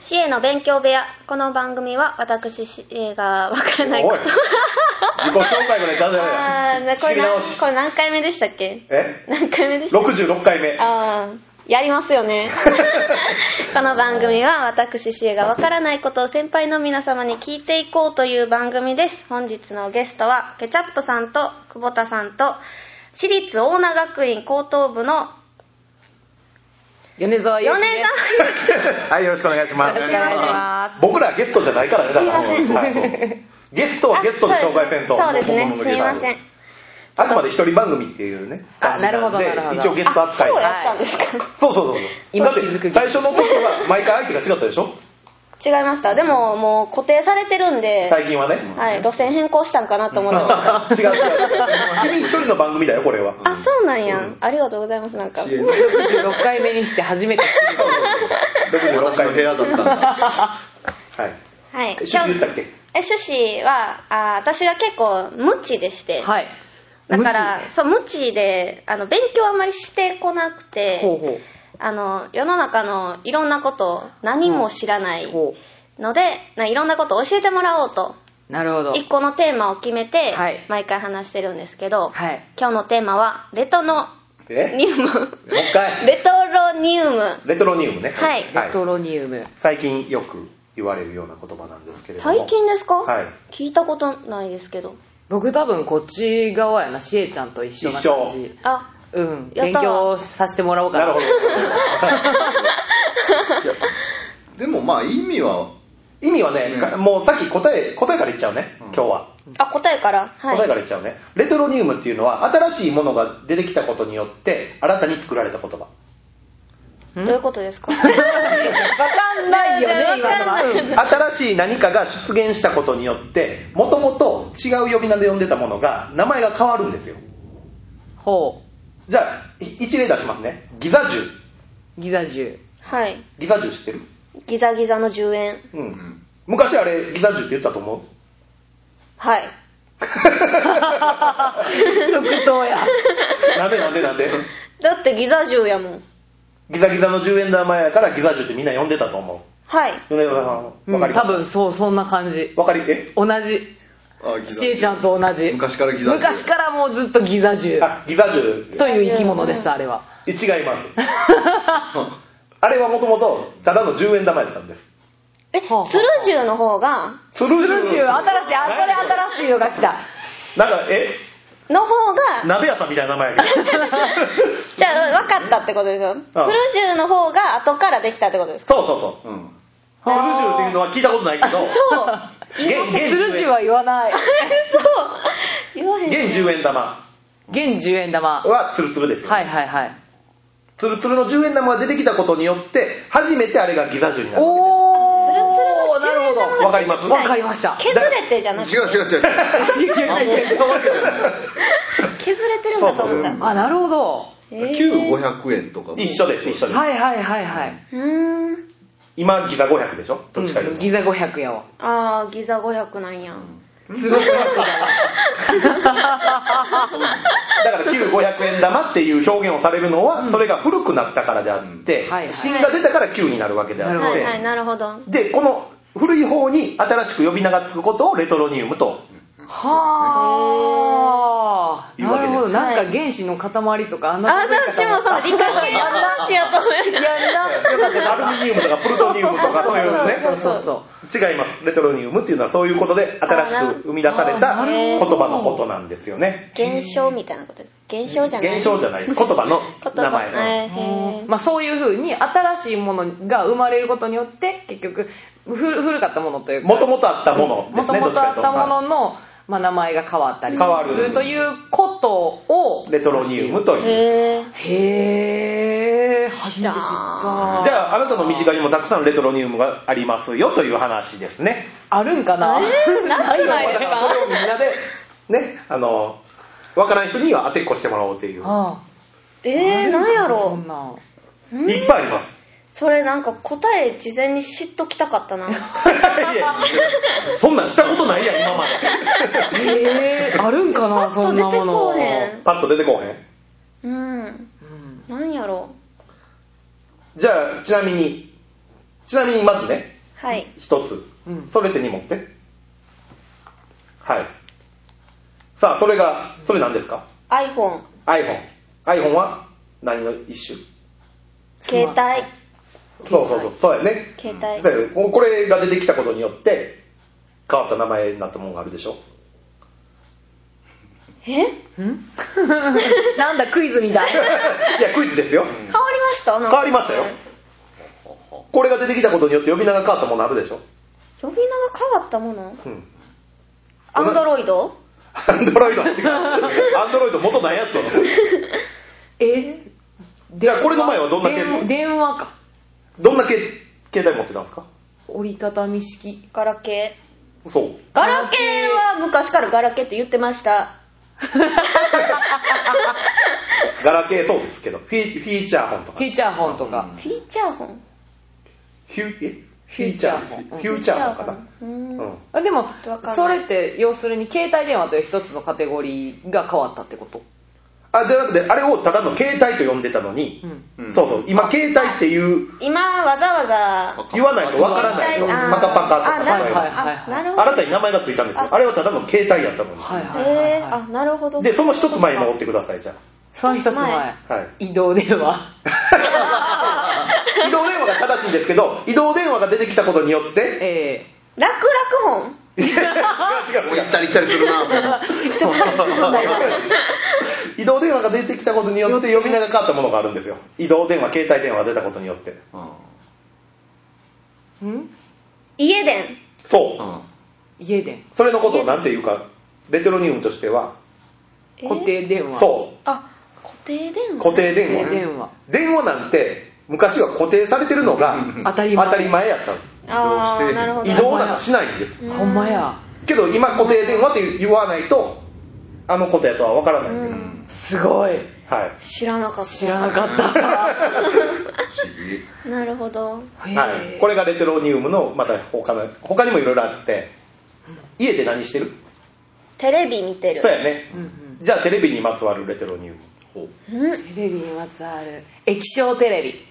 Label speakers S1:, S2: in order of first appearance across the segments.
S1: シエの勉強部屋この番組は私シエがわからないこと
S2: おい自己紹介ぐらいちゃうじゃ
S1: あ
S2: な
S1: ー
S2: いよ
S1: なこ
S2: 仕切
S1: れ
S2: り
S1: な
S2: 直
S1: ん
S2: し
S1: これ何回目でしたっけ
S2: え
S1: 何回目でしたっけ
S2: 66回目
S1: ああやりますよ ねこの番組は私シエがわからないことを先輩の皆様に聞いていこうという番組です本日のゲストはケチャップさんと久保田さんと私立大名学院高等部の
S3: 米沢
S1: 米
S3: 由紀
S1: 沢
S3: です
S4: はい、よろしくお願いします。
S3: よろしくお願いします
S2: 僕らゲストじゃないからねだから
S1: すいません
S2: はいそうゲストはゲストで紹介せんと
S1: そうですね
S2: 僕
S1: す
S2: の
S1: い
S2: 無理があ
S1: ま
S2: る
S1: せん
S2: あくまで一人番組っていうね感
S3: あ
S2: じんで
S3: なるほどなるほど
S2: 一応ゲスト扱い
S1: そう
S3: や
S1: やったんですか、
S2: そうそうそうそう
S3: 今
S2: だって
S3: 気づく
S2: 最初の時は毎回相手が違ったでしょ
S1: 違いましたでももう固定されてるんで、
S2: 最近はね
S1: はい、路線変更したんかなと思ってました
S2: 違う違う君一人の番組だよこれは
S1: あそうなんや、ありがとうございますなん か
S4: 知恵
S3: 66回目にして初めて知る
S2: 66
S4: 私の
S2: 回
S4: 部
S2: 目は
S4: 屋だったんだ。
S2: い
S1: はい
S2: 趣旨言ったっけ
S1: え趣旨はあー私が結構無知で して、
S3: はい
S1: だから
S3: 無知
S1: そう無知であの勉強あんまりしてこなくて
S3: ほうほ
S1: あの世の中のいろんなことを何も知らな
S3: う
S1: い
S3: ほ
S1: ので、ないろんなことを教えてもらおうと
S3: うなるほど
S1: 1個のテーマを決めて
S3: はい
S1: 毎回話してるんですけど、
S3: はい
S1: 今日のテーマはレトノ
S2: え
S1: ニウム
S2: もう一回
S1: レトロニウム
S2: レトロニウムね
S1: はい
S3: レトロニウム
S2: 最近よく言われるような言葉なんですけれども
S1: 最近ですか、
S2: はい
S1: 聞いたことないですけど
S3: 僕多分こっち側やなしえちゃんと一緒な感じ
S1: あ
S3: うん
S1: やっ
S3: 勉
S1: た
S3: 強させてもらおうか
S2: なる
S3: な
S2: ほど
S4: いやでもまあ意味は、
S2: 意味はね、
S4: うん
S2: かもうさっき答え答えから言っちゃうね、今日は
S1: あ答えからはい
S2: 答えから言っちゃうねレトロニウムっていうのは新しいものが出てきたことによって新たに作られた言葉
S3: ん
S1: どういうことです か
S3: わかんないよね
S1: わかんない
S3: 今のは
S2: 新しい何かが出現したことによってもともと違う呼び名で呼んでたものが名前が変わるんですよ
S3: ほ
S2: じゃあい一例出しますねギザ銃
S3: うギザ銃
S1: はい
S2: ギザ銃知ってる、
S1: ギザギザの10円
S2: うん
S4: ん
S2: 昔あれギザ銃って言ったと思う
S1: はい
S3: 即答や
S2: なんでなんでなんで
S1: だってギザ10やもん
S2: ギザギザの10円玉やからギザ銃ってみんな呼んでたと思
S1: はい
S2: うん米山さんわ
S3: うん
S2: かりま
S3: 多
S2: す
S3: 分そうそんな感じ
S2: わかりえ
S3: 同じ
S4: あギザ
S3: しえちゃんと同じ
S4: 昔からギザ銃
S3: 昔からもうずっとギザ銃
S2: あギザ銃
S3: という生き物ですあれは
S2: 違い ますあれはもともとただの10円玉やったんです
S1: え
S3: ほうほう
S1: 鶴10の方が
S2: 鶴
S3: ギザ銃新しいあこれ新しいのが来た
S2: なんかえ
S1: の方が
S2: 鍋屋さんみたいな名前や けど
S1: じゃあ分かったってことですよ鶴10の方が後からできたってことですか
S2: そうそうそう
S4: うん
S2: 鶴10っていうのは聞いたことないけど
S1: そう
S2: 現現
S3: 鶴
S2: 10
S3: 銃
S2: 円
S3: は言わない
S1: そう言わへん
S2: 現10円玉
S3: 現10円玉は
S2: はツルツルです
S3: い
S2: よ、
S3: はいはい
S2: ツルツルの10円玉が出てきたことによって初めてあれがギザ銃になるわ
S3: お
S1: ツルツル
S3: お
S1: の10円
S2: け
S3: なるほど
S2: わかります
S3: わかりました
S1: 削れてじゃなくて
S4: 違う違う違う違うあもうそんなわけじゃない
S1: 削れてるんだと思った
S4: そう
S3: あなるほど
S1: え
S4: 旧
S1: ー
S4: 500円とか も
S2: 一緒です一緒です、
S3: はいはいはいはい、、
S1: うーん
S2: 今ギザ500でしょどっちかいううんと
S3: ギザ500やわ
S1: ああギザ500なんや
S3: 鶴500だわ
S2: だから旧500円玉っていう表現をされるのはそれが古くなったからであって
S3: うんはいはい
S2: 新が出たから旧になるわけであ
S3: なるほ
S2: っ
S3: ど
S1: は
S2: て
S1: いはいなるほど
S2: でこの古い方に新しく呼び名がつくことをレトロニウムと
S3: はあ
S2: いうわ
S3: な
S2: けです
S3: るほどなん
S1: は
S3: か
S1: い
S3: 原子の塊とかあんな
S1: 私もそう理科系の話やと思いながら
S2: アルミニウムとかプルトニウムとかそういう
S1: そう
S3: そう
S2: ね
S3: そうそう
S2: 違いますレトロニウムっていうのはそういうことで新しく生み出された
S3: あ
S2: 言
S1: ー
S2: 葉のことなんですよね
S1: 現象みたいなことです現象じゃない
S2: 現象じゃない言葉の名前
S1: えーへー
S3: まあ、そういうふうに新しいものが生まれることによって結局古古かったものというか
S2: もともとあったもので
S3: も
S2: す
S3: と
S2: ね
S3: も
S2: どっち
S3: と
S2: か
S3: あ
S2: というと
S3: ったものの、まあ、名前が変わったりす
S2: 変わる
S3: るということを
S2: レトロニウムという
S1: へー
S3: へえ初
S2: じ
S3: めて知った
S2: ゃああなたの身近にもたくさんレトロニウムがありますよという話ですね
S3: あるんか
S1: な
S3: な、
S1: くない
S2: だ
S1: です
S2: か
S1: から
S2: これをみんなでねあのわからない人には当てっこしてもらおうという
S3: あ
S1: えー、なんや
S3: そ
S1: ろ
S3: んなん
S2: いっぱいあります
S1: それなんか答え事前に知っときたかったな
S2: いやいやそんなんしたことないやん今まで
S3: へえあるんかなそんなもの
S1: パッと出てこ
S2: パッと出てこうへ
S1: うん
S2: ん
S3: う
S1: な
S3: ん
S1: んやろ
S2: じゃあちなみにちなみにまずね
S1: はい
S2: 一つ
S3: うん
S2: それ手に持ってはいさあそれがそれ何ですか
S1: iPhone
S2: iPhone iPhone は何の一種
S1: 携
S3: スマー
S1: 帯
S2: そうそうそうそうやね
S1: 携
S2: そ
S1: 帯
S2: うやねここれが出てきたことによって変わった名前になったものがあるでしょ
S1: え
S3: トんなん だクイズみ たい
S2: いやクイズですよ
S1: 変わりました変
S2: 変わりましたよこれが出てきたことによって呼び名が変わったものあるでしょ
S1: 呼び名が変わったもの
S2: うん
S1: アンドロイド
S2: アンドロイドは違 うアンドロイド元何やってんの
S3: え
S2: じゃあこれの前はどんな携
S3: 電
S2: 帯
S3: 電話か
S2: どんなけ携帯持ってたんですか
S3: 折りたたみ式
S1: ガラケー
S2: そう
S1: ガラケーは昔からガラケーって言ってました
S2: ガラケーそうですけどフィフィーチャーフォンとか
S3: フューチャーホンとか
S1: フィーチャーフォン
S2: フュえフィーチャーフォンフ
S3: フ
S2: ューチャーフォンか
S1: う
S2: な、
S1: ん
S2: うん、
S3: あでも
S1: わかんない
S3: それって要するに携帯電話という一つのカテゴリーが変わったってこと
S2: あじゃなくてあれをただの携帯と呼んでたのに、
S3: うん
S4: うん
S2: そうそう今携帯っていう
S1: 今わざわざ
S2: 言わないとわからない
S1: 携
S2: の
S1: 帯あー
S2: パカパカと
S1: あな
S2: か
S1: る
S2: そういう
S1: ほ
S2: の
S1: ど
S3: はいはいはい
S1: あなるほど
S2: 新たに名前がついたんですよあれはただの携帯やったのに、
S3: はいはいはい
S1: へえ
S3: はい
S1: あなるほど
S2: でその一つ前に戻ってくださいじゃ
S3: その一つ前
S1: 前
S2: あ、はい、
S3: 移動電話
S2: 移動電話が正しいんですけど移動電話が出てきたことによって
S3: え
S1: 楽々本
S2: 違う違う
S4: もう
S2: 違
S4: 行ったり来たりするなと
S3: えちょっと待って
S2: う移動電話が出てきたことによって呼び名が変わったものがあるんですよ移動電話携帯電話が出たことによって
S4: 思って
S3: ん
S1: 家電
S2: そう、
S4: うんうん
S3: 家電
S2: それのことをなんていうかレトロニウムとしては
S1: えー
S3: 固定電話
S2: そ
S1: あ固定電
S2: う
S1: 話
S2: 固定電
S3: 固定
S2: 話
S3: 電話
S2: 電話なんて昔は固定されてるのが
S4: うん
S3: 当たり前
S2: やったんです
S1: ああ
S4: 移動して
S1: なるほど
S2: 移動なんかしないんです
S1: うん
S3: ほんまや
S2: けど今固定電話って言わないとあのことやとは分からないん
S1: う
S2: で
S1: ん
S2: す、
S3: すごい
S2: はい
S1: 知らなかった
S3: 知らなかった
S1: なるほど
S3: へえ
S2: はい、これがレトロニウムのまた他の他にもいろいろあって家で何してる
S1: テレビ見てる
S2: そうやね
S3: うんうん
S2: じゃあテレビにまつわるレトロニウム
S1: うん
S3: テレビにまつわる液晶テ レビ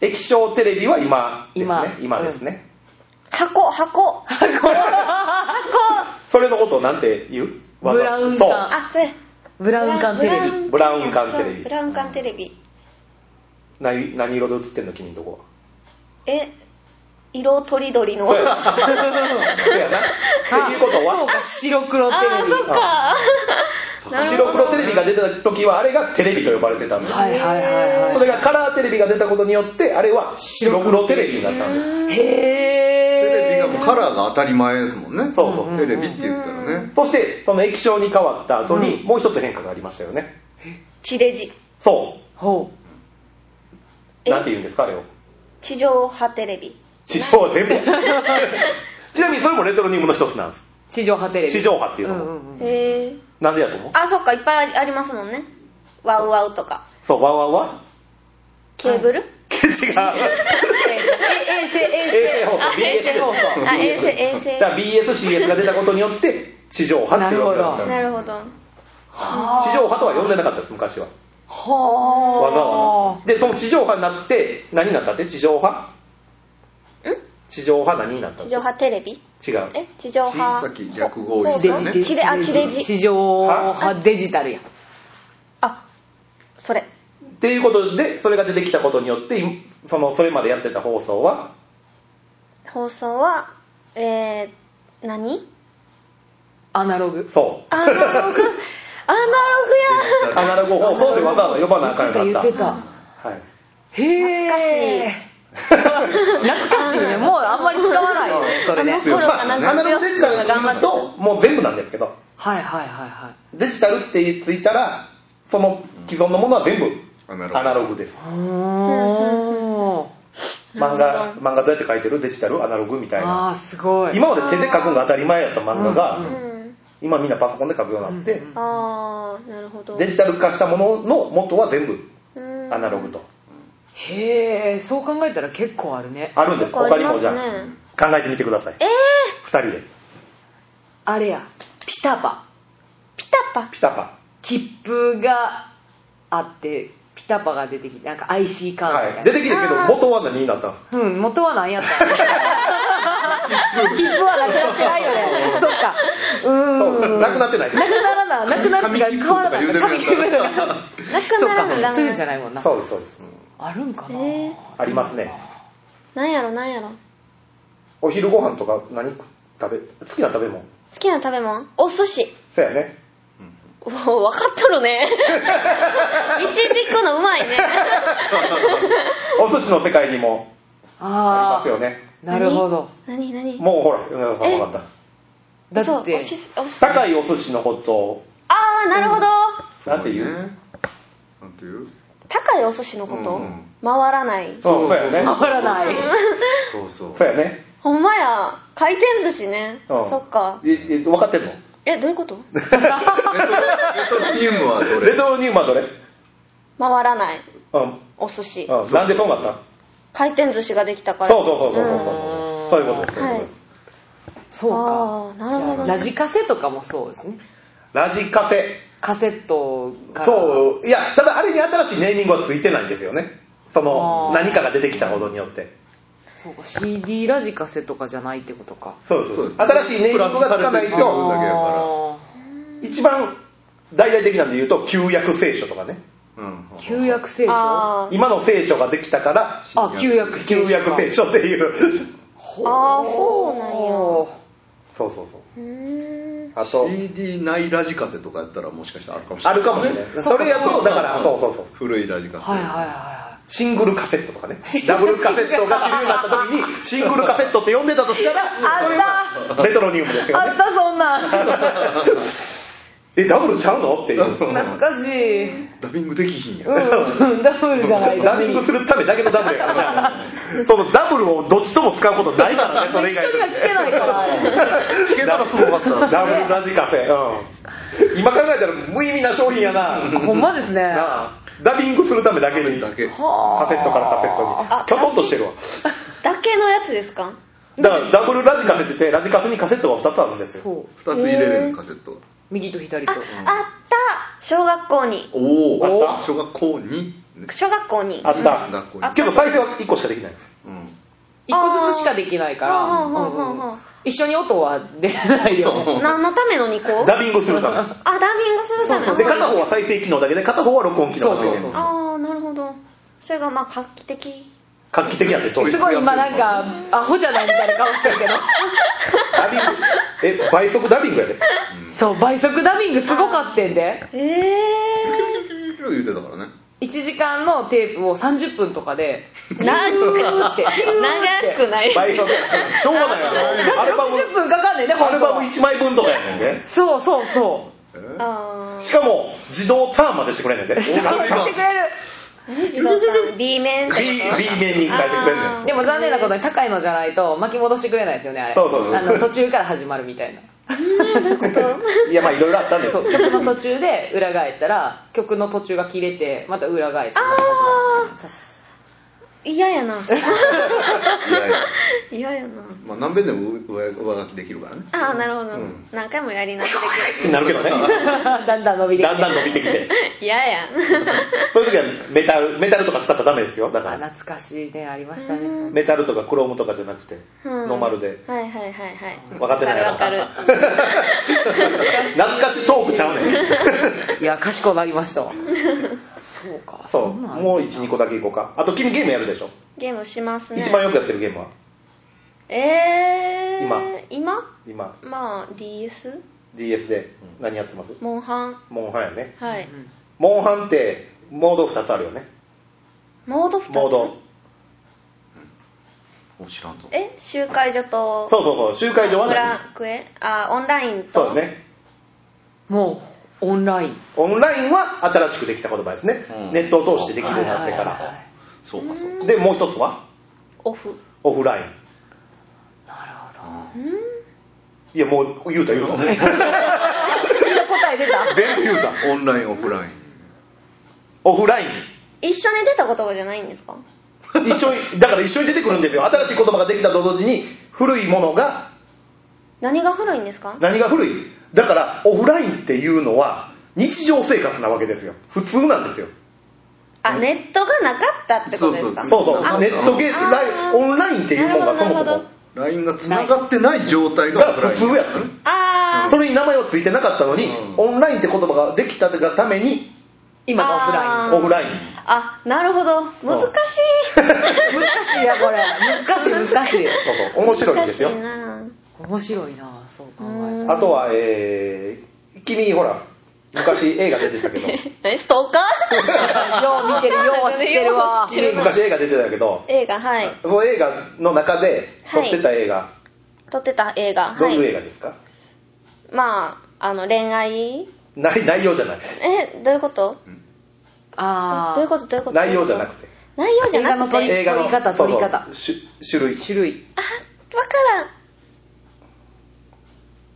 S2: 液晶テレビは今ですね今
S3: 今
S2: ですね、
S1: 箱 箱箱
S2: それのことをなんて言うわざ
S3: ブラウン
S2: そ
S3: 管
S2: う
S1: あそれ
S3: ブラウン管テレビ
S2: ブラウン管テレビ
S1: ブラウン管テレビ
S2: 何何色で映ってんの君のとこ
S1: え色とりどり
S2: は
S1: の
S2: そうや
S1: あ
S2: なそうやなっていうこと
S3: そう
S2: は
S3: か白黒テレ
S1: あ
S3: ビ
S1: そっかなるほど
S2: 白黒テレビが出た時はあれがテレビと呼ばれてたんです、
S3: はいはいはいはい
S2: それがカラーテレビが出たことによってあれは白黒テレビになったんです
S1: うん
S4: テレビ
S3: へ
S4: が
S3: え
S4: もうカラーが当たり前ですもんね
S2: そうそう
S4: テレビって言ったらね
S2: そしてその液晶に変わった後にもう一つ変化がありましたよね、
S1: 地デジ
S2: そ
S3: ほ
S2: う
S1: え
S2: なんて言うんですかあれを
S1: 地上波テレビ
S2: 地上波 全部ちなみにそれもレトロニウムの一つなんです
S3: う地上波テレビ
S2: 地上波っていう
S3: う
S2: の
S3: ん
S2: も、
S3: うんうん
S1: へえ
S2: なんでやと思う
S1: あそっかいっぱいありますもんねワウワウとか
S2: そうわわわ
S1: ケーブル
S2: 違う
S3: え衛星
S2: 衛星
S3: 衛
S2: 放
S3: 放
S2: 送 BS
S3: 送衛星放送
S1: あ衛星衛星
S2: だから BSCS が出たことによって地上波って呼んでたんです
S1: なるほど
S2: 地上波とは呼んでなかったです昔は
S3: はあ
S2: わざわざでその地上波になって何になったって地上波
S1: ん
S2: 地上波何になったっ
S1: 地
S2: て違
S1: 上波テレビ
S2: う
S1: え地上波
S4: さっき逆合意
S1: 放
S4: し
S1: 送
S4: たね
S3: デジ
S1: 地デあ地デジ
S3: 地上波デジタルや
S1: あそれ
S2: っていうことでそれが出てきたことによっていそのそれまでやってた放送は
S1: 放送はえー、何
S3: アナログ
S2: そう
S1: アナログアナログ
S2: アナログ放送でわざわざ呼ばなあかんようにな
S3: 言
S2: っ
S3: って
S2: た
S3: た言ってた
S2: はい、
S3: へえ懐かしいねもうあんまり使わないよそれね
S1: あの頃かな
S2: まあアナログデジタル
S1: 頑張
S2: の
S1: って
S2: ともう全部なんですけど
S3: はいはいはいはい
S2: デジタルってついたらその既存のものは全部
S4: アナログ
S2: アナログです
S3: おー
S2: 漫画漫画どうやって書いてるデジタルアナログみたい
S3: あ
S2: な
S3: あすごい
S2: 今まで手で書くのが当たり前やった漫画が、
S3: うんうん
S1: うん
S2: 今みんなパソコンで書くようになって、
S3: うん
S1: ああなるほど
S2: デジタル化したものの元は全部
S1: うん
S2: アナログと
S3: へえそう考えたら結構あるね
S2: あるんです
S1: 結構あ
S2: 他
S1: り
S2: に
S1: ま
S2: も
S1: す
S2: じゃ
S1: ね
S2: あ考えてみてください
S1: えー、
S2: 2人で
S3: あれやピタパ
S1: ピタパ
S2: ピタパ
S3: 切符があってピタパが出てきてなんか IC カードみ
S2: は
S3: たい
S2: い
S3: な、
S2: 出てきてるけど元は何になったんですか
S3: うん元は何やった切符はなくなってないよね。そっか。うー
S2: そう
S3: ん。
S2: なくなってない
S3: なくならな、なくなるしが変わらない。
S4: 紙切符とか言うてるやつだ
S3: 紙切符が
S1: なくならな
S3: そうかそういうのじゃないもんな。
S2: そうですそうです
S3: あるんかな。
S1: えー
S2: ありますね
S1: なんやろなんやろ
S2: お昼ご飯とか何食べ好きな食べ物
S1: 好きな食べ物お寿司
S2: そうやね
S1: おー分かっとるね導くのうまいね
S2: お寿司の世界にもあり
S3: あ
S2: ますよ
S3: あ。
S2: ね
S3: なるほど。
S1: 何何
S2: もうほら米田さん分かった
S3: だ
S1: そう
S3: っ
S1: お
S3: て、
S1: しおし
S2: 高いお寿司のことを
S1: ああなるほど、
S2: なんて言う
S4: なんていう
S1: 高いお寿司のこと、
S4: うんうん
S1: 回らない
S2: そう
S4: そう
S2: やね
S3: 回らない。
S4: そうそう
S2: そうやね
S1: ほんまや回転寿司ね、
S2: うん
S1: そっか
S2: ええ分かってんの
S1: えどういうこと
S4: レトリウムはど
S2: レ
S4: れ
S2: トロニウマどれ
S1: 回らない
S2: うん
S1: お寿司
S2: うんなんでそうなった
S1: 回転寿司ができたから
S2: そうそうそうそうそうそう
S3: うん
S2: そういうことです、
S1: はい
S3: そう
S1: あ
S3: か
S1: ー。なるほどね
S3: じゃあラジカセとかもそうですね。
S2: ラジカセ
S3: カセットから。う。
S2: そういやただあれに新しいネーミングはついてないんですよねその
S3: あー
S2: 何かが出てきたことによって
S3: そうか。CD ラジカセとかじゃないってことか。
S2: そうです
S4: そうです
S2: 新しいネーミングがつかない
S4: プラスされていく
S2: と
S4: 分だけやから
S3: あ
S2: 一番大々的なんで言うと旧約聖書とかね
S4: うん
S3: ー旧約聖書。あ
S1: あー
S2: 今の聖書ができたから
S3: あ、旧約聖
S2: 旧
S3: 書か。
S2: 約聖書っていう
S1: あーそうなんや
S3: や。
S2: そうそうそ
S1: う
S2: う
S1: ーん
S2: あと
S4: CD ないラジカセとかやったらもしかしたらあるかもしれ
S2: あ
S4: な
S2: る
S4: い
S2: かもしれないそれやとだからそうそうそう
S4: 古いラジカセ
S3: はいはいはいは
S2: シングルカセットとかねダブルカセットが主流になった時にシングルカセットって呼んでたとしたら
S3: あ
S2: それはレトロニウムです
S3: い。
S2: よ
S3: あっ
S2: ね
S3: たそんなん。
S2: えダブルちゃうのっていう
S3: 懐かしい。
S4: ダビングできひんやん
S3: うん、ダブルじゃない
S2: ダビングするためだけのダブルやからねそのダブルをどっちとも使うことないからねそれ以
S3: 一緒
S2: 外
S3: には来てないから、あれ。
S4: 聞けたらすごかった
S2: ダブルラジカセ、うん、今考えたら無意味な商品やなな
S3: ほんまですね。
S2: あダビングするためだけに
S4: だけ
S3: はあ
S2: カセットからカセッ
S1: あ
S2: トにきょとんとしてるわ
S1: だけのやつですか
S2: だからダブルラジカセって言ってラジカセにカセットが2つあるんですよ
S3: そう。
S4: 2つ入れれるカセット
S3: 右と左
S1: ああ
S3: と
S1: っ。た小学校に
S4: お
S2: お
S4: お小学校にね
S1: 小学校に
S2: あった、
S4: 学校に
S2: けど再生は1個しかできないんですよ
S4: うん
S3: 一個ずつしかできないから。
S1: あー
S3: うん
S1: ほうほうほうほう
S3: 一緒に音は出ないよね。
S1: 何のための2個
S2: ダビングするため
S1: あダビングするための
S2: で片方は再生機能だけで片方は録音機能だけ
S3: そうそうそう
S1: ああなるほどそれがまあ画期的
S2: 画期的やって当時
S3: すごい今なんか、アホじゃないみたいな顔してるけど。
S2: ダビングえ倍速ダビングやで
S3: そう、倍速ダビングすごかってんで。
S1: ええ
S4: 言うてたからね
S3: 1時間のテープを30分とか で、
S1: ー、なんか長くない
S2: 倍速しょうがないよなアルバム
S3: 60分かかんねんね、
S2: アルバム
S3: 本当は
S2: 1枚分とかやねんね
S3: そうそうそう。
S4: え
S1: あ
S2: しかも自動ターンまでしてくれんねんで B,
S3: すごいしてくれる。
S1: 何時だったの B 面ってこと
S2: B 面に変えてくれんね
S1: あ
S2: ん
S1: ー
S3: でも残念なことに高いのじゃないと巻き戻してくれないですよねあれ
S2: そうそうそう
S3: あの途中から始まるみたいな
S2: そういやまあいろいろあったんです
S3: そ
S2: よ
S3: う曲の途中で裏返ったら曲の途中が切れてまた裏返ってまた始まるそうそうそう
S1: 嫌や ない
S4: やいや
S1: 嫌やな
S4: まあ何遍でも上上書きできるからね
S1: ああなるほど、何回もやり直しで
S2: なるけどね
S3: だんだん伸びてき
S2: だ
S3: て
S2: んだん伸びてきて
S1: きる嫌や
S2: そういう時はメタルメタルとか使ったらダメですよだか
S3: あ
S2: ら
S3: 懐かしいねありましたねそれ
S2: メタルとかクロームとかじゃなくて、
S1: うん
S2: ノーマルで
S1: はいはいはいはい
S2: 分かってない
S1: わかるわ かる
S2: 懐かしトークちゃうねん
S3: いや賢くなり ましたわそうか
S2: そうん
S3: なん
S2: もう12個だけいこうかあと君ゲームやるでしょ、
S1: ゲームしますね
S2: 一番よくやってるゲームは
S1: えー、今
S2: 今
S1: まあ DS?
S2: DS で何やってます、
S1: モンハン
S2: モンハンやね
S1: はい、
S3: うん
S2: モンハンってモード2つあるよね
S1: モード2つ
S2: モード
S4: お知らんぞ
S1: え集会所と
S2: そうそうそう集会所は何
S1: 村クエあオンライン
S2: そ
S1: と
S2: うだね
S3: もうオンライン
S2: オンラインは新しくできた言葉ですね、
S4: うん
S2: ネットを通してできるようになってか
S3: はいはい
S2: ら
S4: そうかそうか
S2: でもう一つは
S1: オフ
S2: オフライン
S3: はいなるほ
S1: うん
S2: いやもう言うた言うた
S3: どみんな答え出た
S2: 全部言うた
S4: オンラインオフライン
S2: オフライン
S1: 一緒に出た言葉じゃないんですか
S2: 一緒にだから一緒に出てくるんですよ新しい言葉ができたと同時に古いものが
S1: 何が古いんですか
S2: 何が古いだからオフラインっていうのは日常生活なわけですよ普通なんですよ
S1: あネットがなかったってことですか
S4: うん
S2: そうそう
S4: あ
S2: ネットゲー
S1: あー
S2: ラインオンラインっていうものがそも
S1: なるほ
S2: そ
S1: どなる
S2: も
S1: ほ
S4: LINE が繋がってない状態
S2: だか
S4: が
S2: ら普通やった
S1: あー
S2: それに名前は付いてなかったのに、
S4: うん
S2: オンラインって言葉ができたがために
S3: 今がオフラ
S1: あ
S3: イ
S1: ー
S2: オフライン
S1: あなるほど難しい
S3: ン難しいやこれ難しい難しい
S2: そうそう面白いですよ
S1: 難しいな
S3: 面白いなそう考
S1: う
S3: え
S1: ん
S3: たら
S2: あとはえー、君ほら昔映画出て たけど
S1: えストーカ
S3: よう見てるよう知ってるわ
S2: 君昔映画出てたけど
S1: ー映画はい
S2: その映画の中で撮ってた映画、
S1: 撮ってた映画
S2: どう
S1: は
S2: いう映
S1: い
S2: 画ですか、
S1: まああの恋愛
S2: ない内容じゃない
S1: えどういうこと
S3: ああ
S1: どういうことどういうこと
S2: 内容じゃなくて
S1: 内容じゃなく
S3: 映
S1: て
S2: 映画の
S3: 撮り方
S2: そうそう
S3: 撮り方
S2: し種 類
S3: 種類
S1: あわか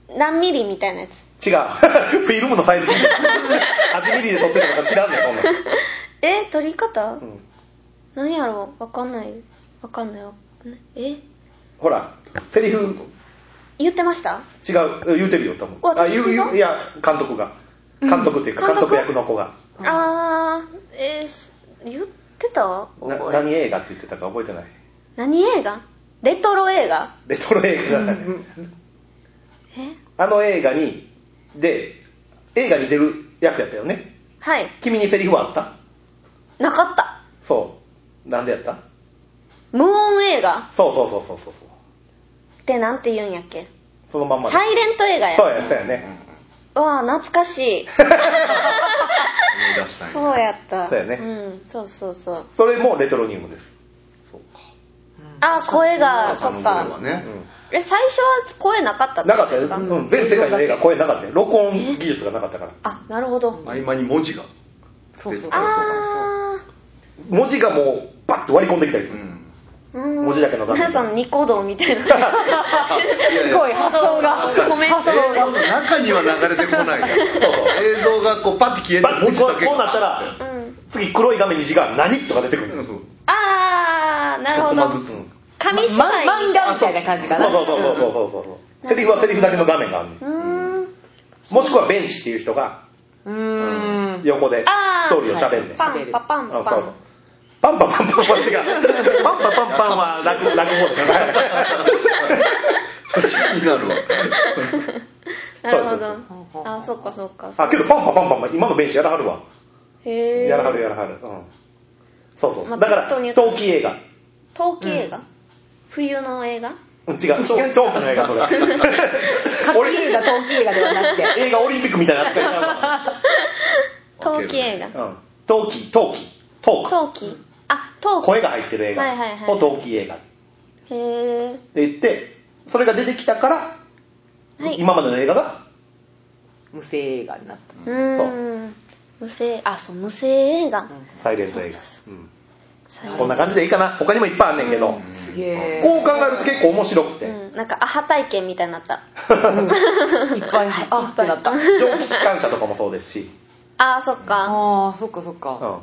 S1: らん何ミリみたいなやつ
S2: 違うフィルムのサイズ8ミリで撮ってるのか知らんねんこんなん、
S1: え撮り方
S2: うん
S1: 何やろうわかんないわかんないわえ
S2: ほらセリフ
S1: 言ってました
S2: 違う言うてるよ多分
S1: 私
S2: 言う
S1: が
S2: 言ういや監督が監督っていうか監
S1: 監督
S2: 督役の子が
S1: あーえーし言ってた
S2: な
S1: 覚え
S2: 何映画って言ってたか覚えてない
S1: 何映画レトロ映画
S2: レトロ映画じゃない
S1: え
S2: あの映画にで映画に出る役やったよね
S1: はい
S2: 君にセリフはあった
S1: なかった
S2: そうなんでやった
S1: 無音映画
S2: そうそうそうそうそうそう
S1: ってなんて言うんやっけ
S2: そのまんまで
S1: サイレント映画や
S2: そうやったよね、
S1: わあ懐か しい
S4: 思い出したんや
S1: そうやった
S2: そうやね
S1: うんそうそうそう
S2: それもレトロニウムです、
S1: あー声がそ
S4: あの
S1: っ
S4: 頃は
S1: か
S4: ね
S1: え最初は声なかったって
S2: な
S1: こ
S2: かっ
S1: と
S2: た
S1: で
S2: よ、
S1: すか
S2: うん、全世界の映画声なかったよ録音技術がなかったから
S1: あなるほど
S4: 合間に文字が
S3: そうそうそうそう
S1: ああ
S2: 文字がもうバッと割り込んできたりす
S4: う
S2: る、
S4: ん
S1: 文
S2: 文字だけの画面
S1: そのニコ動みた いな
S3: すごい発想が
S1: コメント
S3: 発想が
S4: 中には流れてこないから映像がこうパッて消えて
S2: バッとこうこうなったら
S1: うん
S2: 次黒い画面に字が「何?」とか出てくる
S4: そう
S2: の
S4: そう
S1: あーなるほ
S4: ちょっ
S1: ど
S4: とずつ
S1: 紙
S3: ま
S1: 芝居
S3: 漫画みたいな感じか
S2: そ
S3: な
S2: うそうそうそうそうそうそうセリフはセリフだけの画面があるの
S1: うーん
S2: もしくはベンチっていう人が
S3: うーん
S2: 横で
S1: あー
S2: ストーリーをしゃべるね
S1: パンパパン
S2: うん
S1: パ
S2: そうそう
S1: ン
S2: パンパパンパンは違うパンパパンパンは落落語です
S4: そっちになるわ
S1: なるほ
S2: そう
S1: どあそっかそっか
S2: あけどパンパパンパンは今のベンチやらはるわ
S1: へえ
S2: やらはるやらはるうんそうそ
S1: まあ
S2: うだから
S1: 適当に言う
S2: 冬季映画
S1: 冬季映画冬の映画
S2: うん違う冬冬季の映画それ 俺
S3: 映画冬季映画ではなくて
S2: 映画オリンピックみたいな扱いになるわ
S1: 冬季映画
S2: うん冬季冬季トーク
S1: 冬季あ冬季
S2: 声が入ってる映画
S1: はいはいはい
S2: を冬季映画
S1: へえ
S2: で言ってそれが出てきたから、
S1: はい
S2: 今までの映画が
S3: 無声映画になった
S1: うーん無声あそう無声映画
S2: サイレント映画
S1: そうそ
S2: うん
S1: 最後
S2: こんな感じでいいかな他にもいっぱいあんねんけど、
S1: う
S3: すげえ
S2: こう考えると結構面白くて、
S1: うんなんかアハ体験みたいになった
S3: いっぱいあってなった
S2: 蒸気機関車とかもそうですし、
S1: あーそっか
S3: ああそっかそっ
S2: うん、
S3: か
S2: そ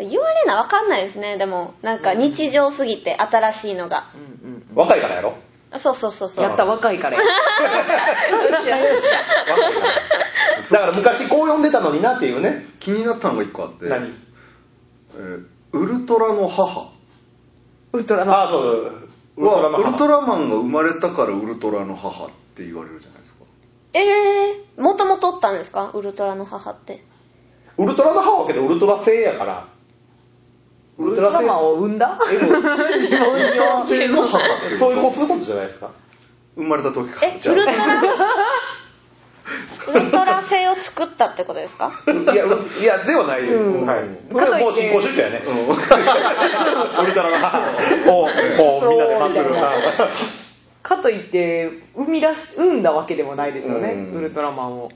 S1: 言われなわかんないですねでもなんか日常すぎて新しいのが
S3: うんうん
S2: う若いからやろ
S1: そうそうそうそう
S3: やった若 いからや
S2: 若いからだから昔こう読んでたのになっていうね
S4: 気になったのが一個あって
S2: 何
S4: えーウルトラの母
S3: ウルトラマン
S2: ああそうウルトラマ
S4: はウルト
S2: ン
S4: ラマンが生まれたからウルトラの母って言われるじゃないですか
S1: ええもともとおったんですかウルトラの母って
S2: ウルトラの母はけどウルトラ製やから
S3: ウルトラマン
S2: を
S3: を産んだ
S4: 男性の母って
S2: そういうことそういうことじゃないですか
S4: 生まれた時か
S1: え
S4: らじゃ
S1: ウルトラウルトラ性を作ったってことですか
S2: いやういやではないです、
S3: うん
S2: はいこれはもう新興宗教やね、 ウルトラの母をこうみんなで待ってる
S3: かといって生み出し産んだわけでもないですよね
S4: う
S3: ウ
S4: ん
S3: ルトラマンを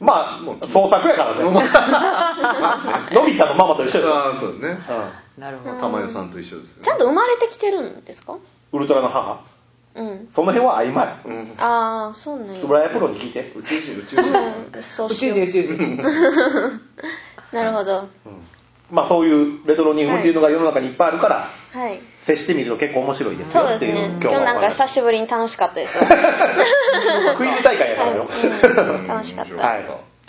S2: まあ創作やからね のび太のママと一緒ですよ、
S4: ああそうね
S2: う
S3: なるほど
S4: 玉代さんと一緒ですよ
S1: ちゃんと生まれてきてるんですか
S2: んウルトラの母
S1: うん
S2: その辺は曖昧
S4: うん
S1: ああそうなんや
S2: 浦谷プロに聞いて
S4: 宇宙人宇宙人
S1: うんそう
S3: 宇
S1: し
S3: 宙
S1: よ
S3: 人宇
S1: う
S3: 宙人
S1: なるほど
S2: まあそういうレトロニウムっていうのが世の中にいっぱいあるから
S1: はい
S2: 接してみると結構面白いですよ
S1: そうで
S2: っ
S1: す
S2: ていう
S1: ね
S2: 今日
S1: 今日なんか久しぶりに楽しかったですよ
S2: クイズ大会やからよ
S1: うん楽しかっ
S4: うん
S1: た
S2: は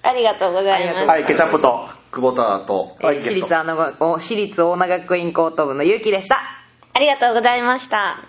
S1: ありがとうございま
S3: あ
S2: い、
S1: す
S3: り
S2: はい、ケチャップと
S4: 久保田と
S2: はい
S3: えー私立穴子私立大名学院高等部のゆうきでした
S1: ありがとうございました